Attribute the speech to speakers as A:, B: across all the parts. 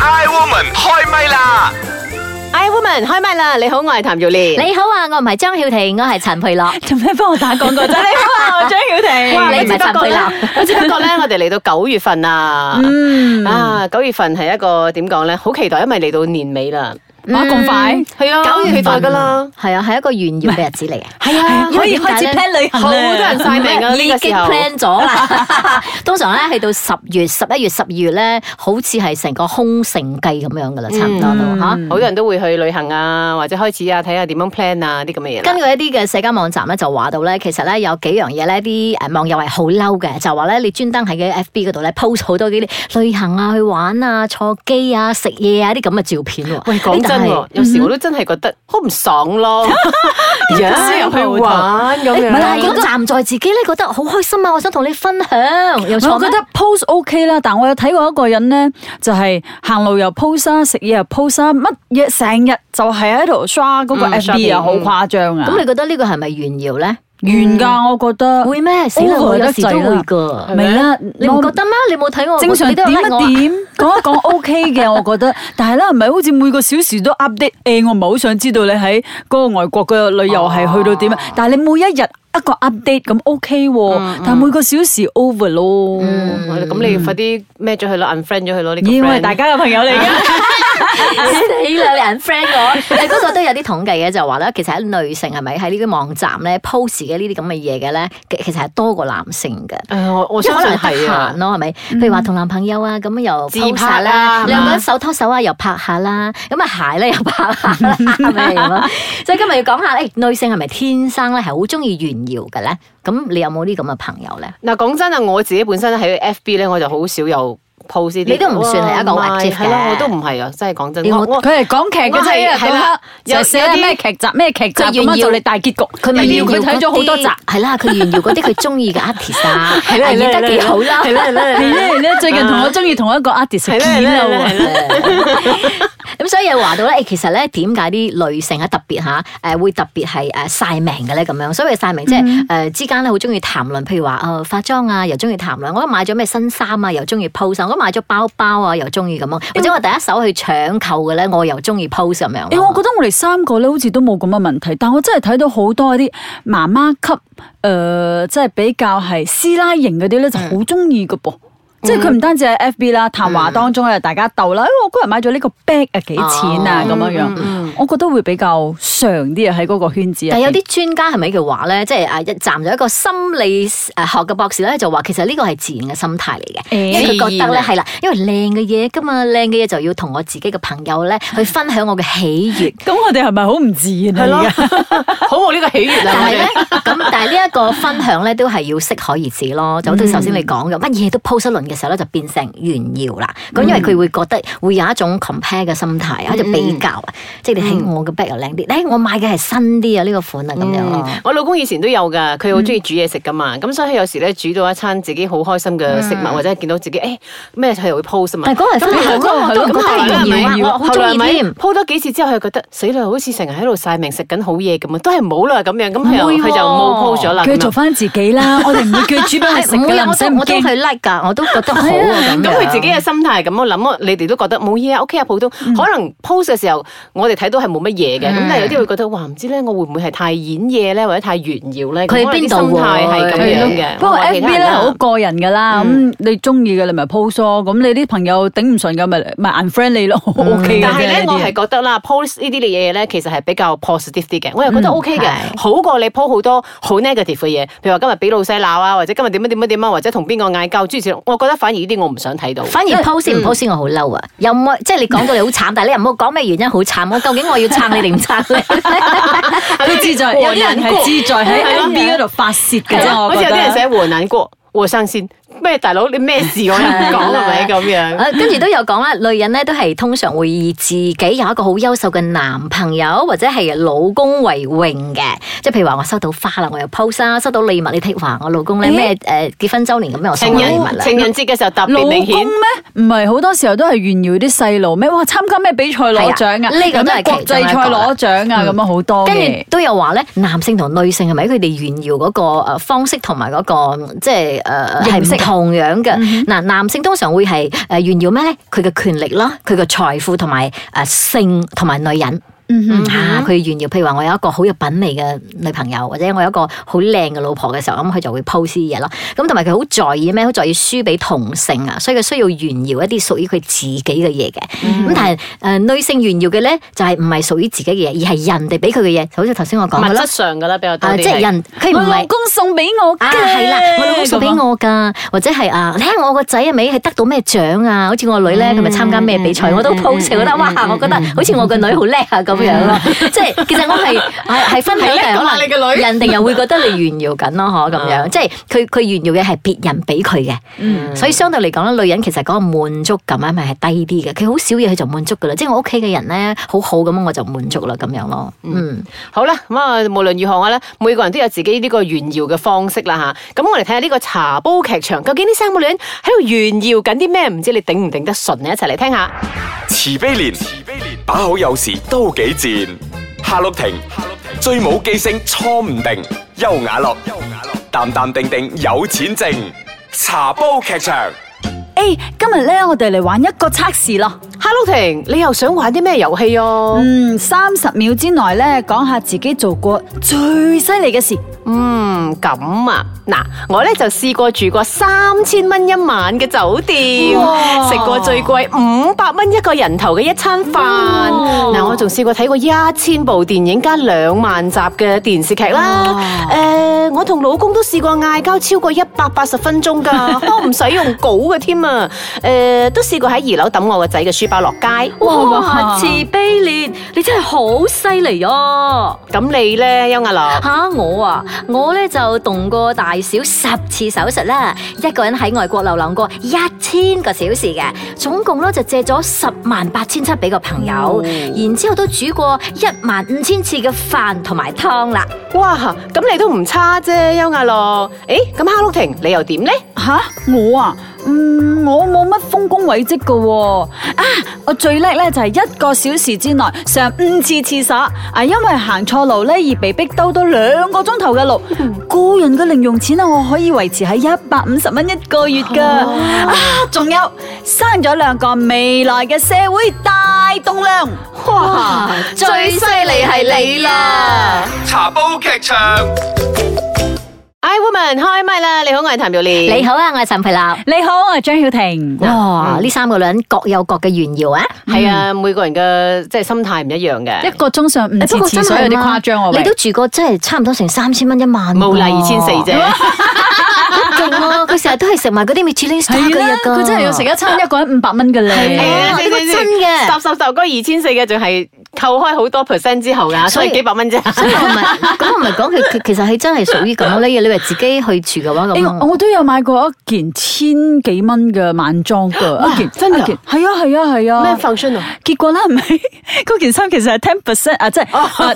A: I Woman 開唛啦！
B: I Woman 開唛啦！你好，我係譚耀蓮。
C: 你好啊，我唔係張曉婷，我係 陳佩樂。
D: 做咩幫我打廣告啫？你好啊，我張曉
C: 哇
D: 婷。
C: 你唔係陳佩樂
B: 不知不覺咧， 我哋嚟到九月份啦。
D: 嗯
B: 啊，九月份係一個點講咧？好期待，因為嚟到年尾啦。
D: 哇咁快，
B: 係啊，九月期待噶啦。
C: 嗯係啊，係一個炫耀嘅日 子嚟嘅。
B: 係啊，
D: 可以開始 plan 旅行
B: 好多人
D: 啦。
B: 晒命啊！呢個
C: 已經
B: 時候。
C: plan 咗啦。 通常咧，去到十月、十一月、十二月咧，好似係成個空城計咁樣噶
B: 嗯
C: 啦，差唔多都嚇。
B: 好多人都會去旅行啊，或者開始啊，睇下點樣 plan 啊，啲咁嘅嘢啦
C: 根。據一啲嘅社交網站咧，就話到咧，其實咧有幾樣嘢咧，啲誒網友係好嬲嘅，就話咧你專登喺嘅 FB 嗰度咧 post 好多啲旅行啊、去玩啊、坐機啊、食嘢啊啲咁嘅照片喎。
B: 喂，講真
C: 呢
B: 喎，有時我都真係覺得好唔爽 咯，呀又去玩咁
C: 但係唔係
B: 樣
C: 但。係如果站在自己咧，覺得好開心啊，我想同你分享，又
D: 我
C: 坐
D: 覺
C: 咩
D: 得 post OK 啦，但我有睇過一個人咧，就係行路又 post 啊，食嘢又 post 啊，乜嘢成日就係喺度刷嗰個
B: 嗯刷
D: FB
B: 片
D: 啊，好誇張啊！
C: 咁你覺得呢個係咪炫耀咧？
D: 完㗎，我覺得
C: 會咩？死啦！
D: 啊 over
C: 我有
D: 得
C: 時都
D: 滯啦
C: 會噶
B: 係，
D: 咪啦，
C: 你唔覺得咩？你冇睇我
D: 正常
C: 你都
D: 點
C: 有
D: 一
C: like 我啊
D: 點講一講 OK 嘅，我 覺得。但係咧，唔係好似每個小時都 update？誒，我唔係好想知道你喺嗰個外國嘅旅遊係去到點啊！但係你每一日一個 update 咁 OK 喎，但係每個小時 over 咯。
B: 咁你快啲孭咗佢咯，unfriend 咗佢咯，呢個
D: 咦，我
B: friend
D: 係大家嘅朋友 嚟嘅，啊
C: 死啦！你 unfriend 我，誒不過都有啲統計嘅，就話咧，其實喺女性係咪喺呢啲網站咧 post 嘅呢啲咁嘅嘢嘅咧，其其實係多過男性嘅。
B: 誒我我
C: 即
B: 相
C: 係可
B: 信
C: 能係
B: 係
C: 得
B: 啊嗯
C: 閒。咯，係咪？譬如話同男朋友啊，咁又
B: 自
C: post
B: 拍
C: 下
B: 啦係嘛
C: 啦，兩個人手拖手啊，又拍下啦，咁啊鞋咧又拍下啦，係咪咁 啊？所以今日要講下，誒女性係咪天生咧係好中意炫耀嘅咧？咁你有冇啲咁嘅朋友咧？
B: 嗱，講真啊，我自己本身喺 FB 咧，我就好少有 post 呢啲。
C: 你都唔算係一個
B: 哇
C: active 嘅
B: 係啦，我都唔係啊，真係講真，
C: 咦
B: 我
C: 我
B: 我
D: 佢係講劇嘅
B: 我係
D: 啫，
B: 係
D: 係
B: 啦
D: 啦，
B: 有
D: 就寫
B: 有啲
D: 咩劇集咩劇集
C: 佢炫
D: 咁啊，
C: 耀
D: 就你大結局。
C: 佢咪
D: 炫
C: 炫
D: 耀
C: 耀
D: 佢睇咗好 多集，
C: 係啦，佢炫耀嗰啲佢中意嘅 artist 啊，
B: 啦
C: 啊
B: 係啦
C: 演得幾好啦。
B: 係啦 係啦係啦
D: 係咧係咧，最近同我中意同一個 artist
B: 係啦係
D: 見
B: 啦
D: 啦
B: 係啦
D: 喎
B: 係。啦
C: 咁所以又話到咧，誒其實咧點解啲女性啊特別嚇誒會特別係誒曬命嘅咧咁樣？所謂曬命即係
D: 嗯
C: 誒之間咧好中意談論，譬如話誒化妝啊，又中意談論。我買咗咩新衫啊，又中意 post 啊。我買咗包包啊，又中意咁樣。或者我第一手去搶購嘅咧，我又中意 post 咁樣。
D: 嗯
C: 嗯
D: 誒、我覺得我哋三個咧，好似都冇咁嘅問題，但我真係睇到好多啲媽媽級，誒、即係比較係師奶型嗰啲咧，就好中意嘅噃。即係佢唔單止喺 FB 啦，談話當中啊，大家鬥啦，哎我嗰日買咗呢個 bag 啊，幾錢啊咁樣樣，我覺得會比較常啲啊喺嗰個圈子入邊。
C: 但有啲專家係咪嘅話咧，即係啊，站咗一個心理誒學嘅博士咧，就話其實呢個係自然嘅心態嚟嘅，
D: 誒
C: 因為佢覺得
B: 自
C: 咧
B: 然啊
C: 係啦，因為靚嘅嘢噶嘛，靚嘅嘢就要同我自己嘅朋友咧去分享我嘅喜悅。
D: 咁我哋係咪好唔自然
B: 係
D: 啊？而家
B: 咯，好冇呢個喜悅
C: 但
B: 啦，我
C: 係 咧
B: 哋，
C: 咁但係呢一個分享咧，都係要適可而止咯。就好似頭先你講嘅，乜嘢都 post 一輪嘅時候咧，就變成炫耀啦。咁因為佢會覺得會有一種 compare 嘅心態啊，一種比較啊，即係你睇我嘅 bag 又靚啲，誒我買嘅係新啲啊，呢個款啊咁樣咯。
B: 嗯我老公以前都有噶，佢好中意煮嘢食噶嘛，
C: 嗯
B: 咁所以有時咧煮到一餐自己好開心嘅食物，或者係見到自己誒咩佢又會 post 啊嘛啊
C: 但。係嗰個係分享咯，我都覺得係炫耀啊，我好中意添。
B: 鋪多幾次之後，佢覺得死啦，好似成日喺度晒命食緊好嘢咁啊，都係冇啦咁樣，咁佢又
C: 唔會喎
B: 佢就冇 post 咗啦。咁啊
D: 佢
B: 樣
D: 做翻自己啦，我哋唔會叫佢煮俾
C: 係
D: 佢食
C: 唔
D: 㗎
C: 會啊
D: 啦，唔
C: 我
D: 使
C: 都
D: 唔
C: 我都去
D: 驚。
C: like 㗎，我都覺得好啊咁樣。
B: 咁佢自己嘅心態係咁，我諗我你哋都覺得冇嘢啊，OK 啊，普通。可能 post 嘅時候，我哋睇到係冇乜嘢嘅，咁但係有啲會覺得哇，唔知咧，我會唔會係太演嘢咧，或者太炫耀咧？咁
C: 佢喺
B: 可能啲
C: 邊度
B: 心態係咁樣
C: 會
B: 嘅。
D: 不過
B: 我啊話其
D: FB
B: 他人
D: 咧
B: 啦
D: 好個人㗎啦，咁你中意嘅你咪 post 咯，咁你啲朋友頂唔順嘅咪咪 unfriend 你咯，OK 嘅啫
B: 但係咧，
D: 呢
B: 我
D: 啲
B: 係覺得啦，post 呢啲嘢咧，其實係比較 positive 啲嘅，我又覺得 OK 嘅，
C: 係
B: 好過你 post 好多好 negative 嘅嘢，譬如話今日俾老細鬧啊，或者今日點樣點樣點啊，或者同邊個嗌交，諸如此類，我覺得反而呢啲我唔想睇到。
C: 反而 post
B: 嗯
C: 唔 post 我好嬲啊！又唔即係你講到你好 慘，但係你又唔好講咩原因好慘。啊我究竟我要撐你定唔撐你？
D: 佢志在，有啲人係志在喺 FB 嗰度發泄嘅啫，
B: 啊好
D: 我
B: 似
D: 覺
B: 有啲人
D: 得。
B: 寫和難過，和生先咩大佬，你咩事我又 唔講係咪咁樣？
C: 啊跟住都有講啦，女人咧都係通常會以自己有一個好優秀嘅男朋友或者係老公為榮嘅，即係譬如話我收到花啦，我又 post 啦；收到禮物，你睇話我老公咧
D: 咦
C: 咩誒結婚周年咁樣，我 送
B: 情
C: 我禮物
B: 人
C: 啦。
B: 情人節嘅時候特
D: 老
B: 別
D: 公
B: 明顯。
D: 咩？唔係好多時候都係炫耀啲細路咩？哇！參加咩比賽攞獎啊？
C: 係啊呢個都係
D: 有咩國
C: 其中一
D: 際
C: 個
D: 賽攞獎啊？咁啊好多
C: 跟住
D: 嘅。
C: 都有話呃咧，男性同女性係咪佢哋炫耀嗰個誒方式同埋嗰個即係誒
D: 形式嗯
C: 同樣嘅嗱，男性通常會係誒炫耀咩咧？佢嘅權力啦，佢嘅財富同埋誒性同埋女人。嗯啊，佢炫耀，譬如話我有一個好有品味嘅女朋友，或者我有一個好靚嘅老婆嘅時候，咁佢就會 post 啲嘢咯。咁同埋佢好在意咩？好在意輸俾同性啊，所以佢需要炫耀一啲屬於佢自己嘅嘢嘅。咁、但係誒、呃女性炫耀嘅咧，就係唔係屬於自己嘅嘢，而係人哋俾佢嘅嘢，好似頭先我講嘅
B: 物
C: 啦
B: 質，上噶啦比較多
C: 啊，
B: 啲。
C: 即係人佢
D: 我
C: 唔
D: 老
C: 係。
D: 公送俾我嘅，
C: 啊，系啦，我老公送俾
D: 咁啊。
C: 我噶，或者係啊，你睇我個仔啊，尾係得到咩獎啊？好似我女咧，佢咪參加咩比賽，我都 post，覺得哇，我覺得好似我個女好叻啊咁樣咯。即係其實我 係係係分享，但係可能人哋又會覺得你炫耀緊咯，嗬咁樣。即係佢佢炫耀嘅係別人俾佢嘅，所以相對嚟講咧，女人其實嗰個滿足感啊，咪係低啲嘅。佢好少嘢佢就滿足噶啦，即係我屋企嘅人咧好好咁，我就滿足啦咁樣咯。嗯，
B: 好啦，咁啊，無論如何啊咧，每個人都有自己呢個炫耀嘅方式啦吓。咁我哋睇下呢個茶煲劇場，究竟呢三個女人喺度炫耀緊啲咩？唔知你頂唔頂得順？你一齊嚟聽下。
A: 慈悲蓮，慈悲蓮，把口有時都幾賤。夏綠庭，夏綠庭，最冇記性錯唔定。優雅樂，優雅樂，淡淡定定有錢剩。茶煲劇場，
D: 誒，今日咧我哋嚟玩一個測試咯。
B: Hello 婷，你又想玩啲咩遊戲哦？
D: 嗯，三十秒之內咧，講下自己做過最犀利嘅事。
B: 嗯，咁啊，嗱，我咧就試過住過三千蚊一晚嘅酒店，
D: 哇
B: 食過最貴五百蚊一個人頭嘅一餐飯。嗱，我仲試過睇過一千部電影加兩萬集嘅電視劇啦。誒、我同老公都試過嗌交超過一百八十分鐘 㗎，我唔使用稿嘅添啊。誒、都試過喺二樓抌我個仔嘅書包落街。
D: 哇
C: 慈悲烈，你真係好犀利啊！
B: 咁你咧，邱亞樂？
C: 吓、我啊，我咧就動過大小十次手術啦，一個人喺外國流浪過一千個小時嘅，總共咧就借咗十萬八千七俾個朋友，然之後都煮過一萬五千次嘅飯同埋湯啦。
B: 哇，咁你都唔差啫，邱亞樂。誒，咁哈祿婷你又點呢？
D: 吓，我啊，嗯，我冇乜豐功偉績噶喎。啊，我最叻咧就係一個小時之內上五次廁所，啊，因為行錯路咧而被逼兜多兩個鐘頭嘅路。個人嘅零用錢啊，我可以維持喺一百五十蚊一個月噶。啊，仲有生咗兩個未來嘅社會大棟梁。
B: 哇！
C: 最犀利係你啦！
A: 茶煲劇場。
B: I woman 開麥啦！你好，我係譚玉蓮。
C: 你好啊，我係陳佩立。
D: 你好，我係張曉婷。
C: 哇！呢三個女人各有各嘅炫耀啊！
B: 係啊，每個人嘅即係心態唔一樣嘅。
D: 個鐘上五次
C: 不過真係嘛你都住過真係差唔多成三千蚊一晚喎，
B: 無例二千四啫，
C: 勁啊！佢成日都係食埋嗰啲 Michelin star 嘅嘢㗎，
D: 佢真係要食一餐一個人五百蚊嘅
C: 係
D: 咧。
B: à,
C: 啊呢個真嘅
B: 十十十嗰二千四嘅仲係扣開好多 percent 之後㗎，所
C: 所以
B: 以幾百蚊啫。
C: 所以我咪咁我咪講佢佢其實佢真係屬於咁咯。你你話自己去住嘅話
D: 誒
C: 咁。
D: 我都有買過一件千幾蚊嘅晚裝㗎，一件
B: 真㗎
D: 一件係啊係啊係
B: 咩
D: 啊。
B: function 啊？
D: 結果咧，唔係嗰件衫其實係 ten percent 啊，即係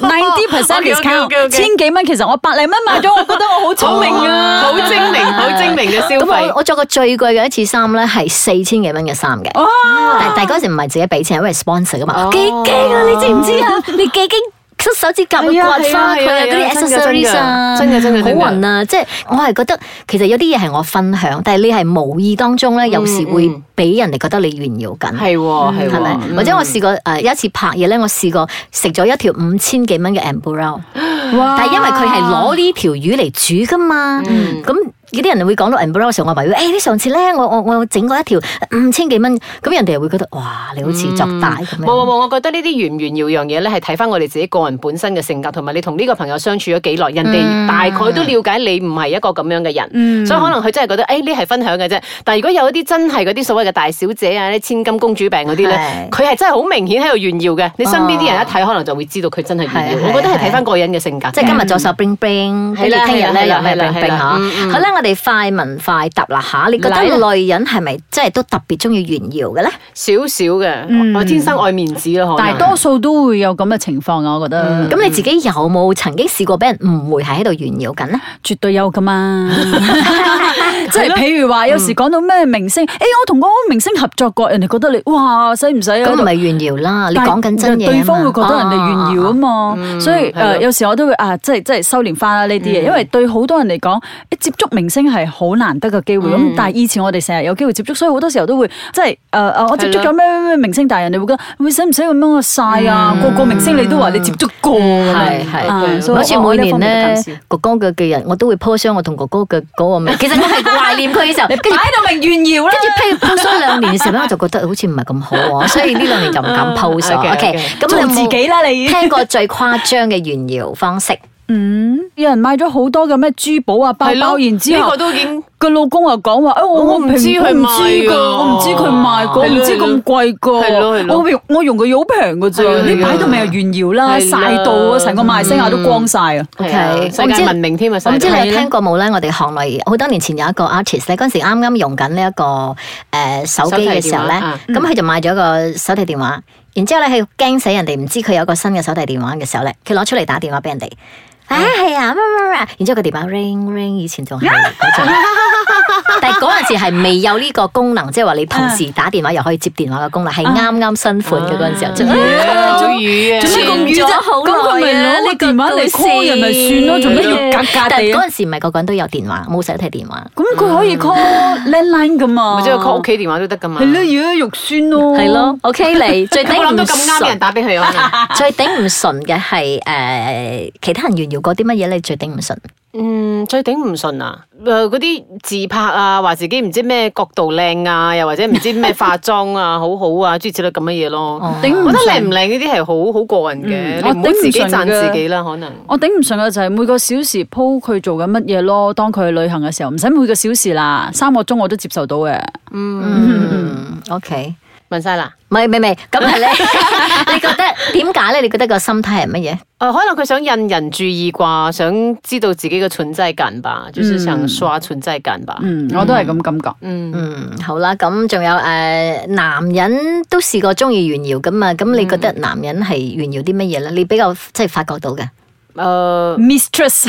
D: ninety percent discount，
B: OK，OK，OK，OK
D: 千幾蚊其實我百零蚊買咗，我覺得我好聰明啊！
B: 好精明，好精明嘅消
C: 咁哎我
B: 費。
C: 我着過最貴嘅一次衫咧，係四千幾蚊嘅衫嘅，但但嗰時唔係自己俾錢，係因為 sponsor 噶嘛，幾驚啊！你知唔知啊？ 你幾驚出手指甲會刮花佢啊！嗰啲 accessories 啊，
B: 真嘅真嘅真嘅
C: 好暈啊！即係我係覺得其實有啲嘢係我分享，但係你係無意當中咧，有時會俾人哋覺得你炫耀緊。
B: 係喎係嗯
C: 係咪？
B: 喎，
C: 或者我試過誒有一次拍嘢咧，我試過食咗一條五千幾蚊嘅 a m b u r a
D: 哇
C: 但係因為佢係攞呢條魚嚟煮噶嘛，
B: 嗯
C: 咁有啲人會講到 a m b u r a 嘅時候，我咪會誒你上次咧，我我我整過一條五千幾蚊，咁人哋又會覺得哇你好似作大咁
B: 嗯冇冇
C: 樣。
B: 冇，我覺得呢啲炫唔炫耀樣嘢咧，係睇翻我哋自己個人本身嘅性格，同埋你同呢個朋友相處咗幾耐，人
C: 嗯
B: 哋大概都了解你唔係一個咁樣嘅人，所以可能佢真係覺得，誒哎呢係分享嘅啫。但係如果有一啲真係嗰啲所謂嘅大小姐啊、啲千金公主病嗰啲咧
C: 係，
B: 佢係真係好明顯喺度炫耀嘅。你身邊啲人一睇，可能就會知道佢真係炫耀。
C: 係
B: 我覺得係
C: 係
B: 睇翻個人嘅性格嘅。嗯
C: 即係今日左手 bling bling，跟
B: 係
C: 住
B: 啦
C: 聽日咧
B: 係啦
C: 又咩
B: 係啦
C: bling
B: 係
C: bling
B: 啦
C: 嚇。
B: 嗯嗯
C: 好啦，我哋快問快答啦嚇。你覺得
B: 嚟啦
C: 女人係咪真係都特別中意炫耀嘅咧？
B: 少少嘅，我天生愛面子咯，可
D: 但
B: 能
D: 係多數都會有咁嘅情況啊，我覺得
C: 咁你自己有冇曾經試過俾人誤會係喺度炫耀緊咧？
D: 絕對有噶嘛。 即係譬如話，有時講到咩明星，誒我同嗰個明星合作過，人哋覺得你哇使唔使啊？
C: 咁唔係炫耀啦，你講緊真嘢啊嘛
D: 對方會覺得人哋炫耀啊嘛，
B: 嗯
D: 所以誒、
B: 係咯
D: 有時我都會啊，即係即係修練翻啦呢啲嘢，因為對好多人嚟講，誒接觸明星係好難得嘅機會。咁、但係以前我哋成日有機會接觸，所以好多時候都會即係誒誒，我接觸咗咩咩咩明星，但係人哋會覺得會使唔使咁樣我晒啊？個個明星你都話你接觸過
C: 嗯
D: 咁樣
C: 係係
D: 啊所以
C: 好似
D: 我
C: 每
D: 呢
C: 年
D: 方面都
C: 咧
D: 減少，
C: 哥哥嘅嘅人，我都會 po 相我同哥哥嘅嗰個 名。其實我係懷念佢嘅時 候，跟住
D: 擺到明炫耀啦。
C: 跟住 po 咗兩年嘅時候咧，我就覺得好似唔係咁好 喎，所以呢兩年就唔敢 po 相。
B: OK，OK
C: OK，咁
D: 做
C: 你有冇
D: 自己啦你
C: 聽過最誇張嘅炫耀方式？
D: 嗯，有人買咗好多嘅咩珠寶啊包
B: 係
D: 包，
B: 咯
D: 然之
B: 呢
D: 後
B: 個都已經
D: 個老公又講話，誒哎我
B: 我
D: 我
B: 唔
D: 平
B: 知佢
D: 我唔
B: 賣
D: 知
B: 㗎
D: 㗎，我唔知佢賣過，我
B: 係
D: 唔
B: 咯
D: 知咁貴
B: 係咯係
D: 㗎，
B: 咯
D: 我用我用佢好平㗎
B: 係咯
D: 啫，你擺到咪又炫耀啦，
B: 係啦嗯
D: 曬到啊，成個馬來西亞都光晒啊！
B: 係啊
C: OK，
B: 世界文明添啊，
C: 我唔
B: 世
C: 知
B: 界
C: 你有聽過冇咧？我哋行內好多年前有一個 artist 咧，嗰陣時啱啱用緊呢一個誒、呃手機嘅時候咧，
B: 手
C: 咁佢、就買咗個手提電話，然之後咧佢驚死人哋唔知佢有個新嘅手提電話嘅時候咧，佢攞出嚟打電話俾人哋。啊，係啊，乜乜乜，然之後個電話 ring ring，以前 仲係嗰種，但係嗰陣時係未有呢個功能，即係話你
B: 啊
C: 同時打電話又可以接電話嘅功能，係啱啱新款嘅嗰陣時
B: 啊嗯
C: 候，即係
B: 好魚啊
D: 做咩咁遠啫？咁佢咪攞個電話嚟 call 人咪算咯，做咩要格格
C: 但係
D: 地啊
C: 嗰？陣時唔係個個人都有電話，冇手提電話。
D: 咁佢可以 call landline 㗎嘛？
B: 或者佢 call 屋企電話都得噶嘛。
D: 係咯，如果肉酸咯，
C: 係咯。，OK 你最
B: 我
C: 頂
B: 諗
C: 唔
B: 到咁啱有人
C: 順，
B: 打俾佢啊。
C: 最頂唔順嘅係誒其他人炫耀過啲乜嘢？你最頂唔順？
B: 嗯，最頂唔順啊！誒嗰啲自拍啊，話自己唔知咩角度靚啊，又或者唔知咩化妝啊，好好啊，諸如此類咁嘅嘢
C: Ờ.
B: 咯。
D: 頂唔
B: 我覺得
D: 順
B: 靚唔靚呢啲係好好過癮嘅，
D: 嗯
B: 你唔好自己
D: 我頂唔順
B: 讚
D: 嘅
B: 自己啦，可能。
D: 我頂唔順嘅就係每個小時 po 佢做緊乜嘢咯，當佢去旅行嘅時候，唔使每個小時啦，三個鐘我都接受到嘅。
C: 嗯，OK，
B: 問晒啦。
C: 唔係唔係唔係，咁係 你你覺得點解咧？你覺得個心態係乜嘢？
B: 呃，可能佢想引人注意啩，想知道自己嘅存在感吧，就是想刷存在感吧。
D: 嗯，我都係咁感覺。
B: 嗯，
C: 嗯，好啦，咁仲有誒、呃男人都試過中意炫耀咁啊，咁你覺得男人係炫耀啲乜嘢咧？你比較即係發覺到嘅，
B: 呃，
D: Mistress，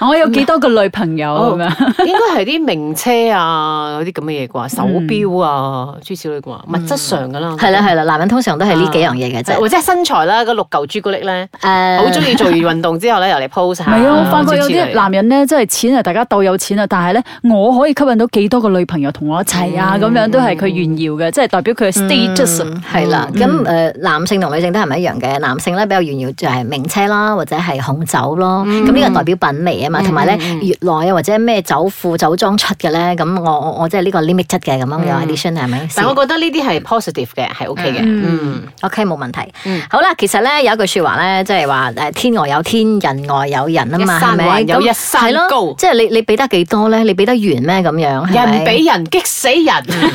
D: 我有幾多個女朋友
B: 哦
D: 咁樣？
B: 應該係啲名車啊，嗰啲咁嘅嘢
D: 嗯
B: 啩，手錶啊，諸如此類啩，物質上噶啦。
C: 係啦係啦，男人通常都係呢幾樣嘢嘅
B: 就
C: 啫。
B: 或嗯啊者係身材啦，嗰六嚿朱古力咧，
C: 誒
B: 好中意做完運動之後咧，又嚟 pose
D: 唔
B: 下。
D: 係啊，我發覺有
B: 諸如此類
D: 啲男人咧，真係錢啊，大家鬥有錢啊，但係咧，我可以吸引到幾多個女朋友同我一齊啊，咁樣都係佢炫耀嘅，即係代表佢嘅 status 啊。
C: 嗯係
B: 嗯
C: 啦，咁誒、呃男性同女性都係咪一樣嘅？男性咧比較炫耀就係名車啦，或者係紅酒咯。
B: 嗯
C: 咁呢、個代表品味啊嘛，同埋咧越耐啊或者咩酒庫酒莊出嘅咧，咁我我我即係呢個 limit 質嘅咁樣樣 edition 係咪？
B: 嗯但我覺得呢啲係 positive 嘅，係 OK 嘅。嗯，
C: OK 冇問題。好啦，其實咧有一句説話咧，即係話誒天外有天，人外有人啊嘛，
B: 一山
C: 係咪？
B: 還有一山
C: 係咯
B: 高
C: 即係你你俾得幾多咧？你俾得完咩咁樣？係咪
B: 人比人激死人。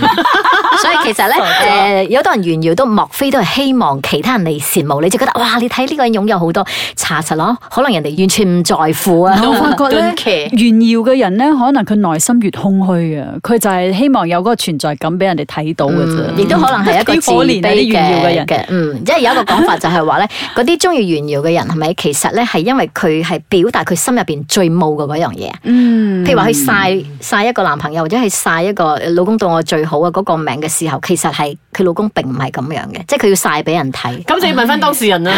C: 所以其實咧，誒、有好多人炫耀都莫非都係希望其他人嚟羨慕你，就覺得哇！你睇呢個人擁有好多，查實咯，可能人哋完全唔在乎啊。
D: 嗯 我發覺咧，
B: Don't care
D: 炫耀嘅人咧，可能佢內心越空虛啊，佢就係希望有嗰個存在感俾人哋睇到嘅啫。
C: 嗯亦都可能係一個自卑
D: 幾可憐啊 啲炫耀嘅
C: 嘅
D: 人
C: 嘅，嗯，即係有一個講法就係 話咧，嗰啲中意炫耀嘅人係咪其實咧係因為佢係表達佢心入邊最冇嘅嗰樣嘢，啊
D: 嗯
C: 譬如話佢晒晒一個男朋友或者係晒一個老公對我最好嘅嗰個名嘅時候，其實係佢老公並唔係咁樣嘅，即係佢要晒俾人睇。
B: 咁就要問翻當事人啦，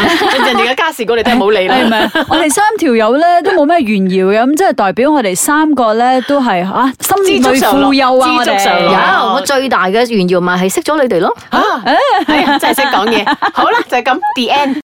D: 嗯
B: 人哋嘅家事過你都係冇理
D: 係咪
B: 啦。
D: 啊？我哋三條友咧都冇咩炫耀嘅，咁即係代表我哋三個咧都係啊心
B: 知足
D: 裏
B: 常樂
D: 富有啊！我
B: 知足常樂
D: 哋
C: 有我最大嘅炫耀咪係識咗你哋咯。
D: 哎
B: 啊，係啊，真係識講嘢。好啦，就係咁，the end。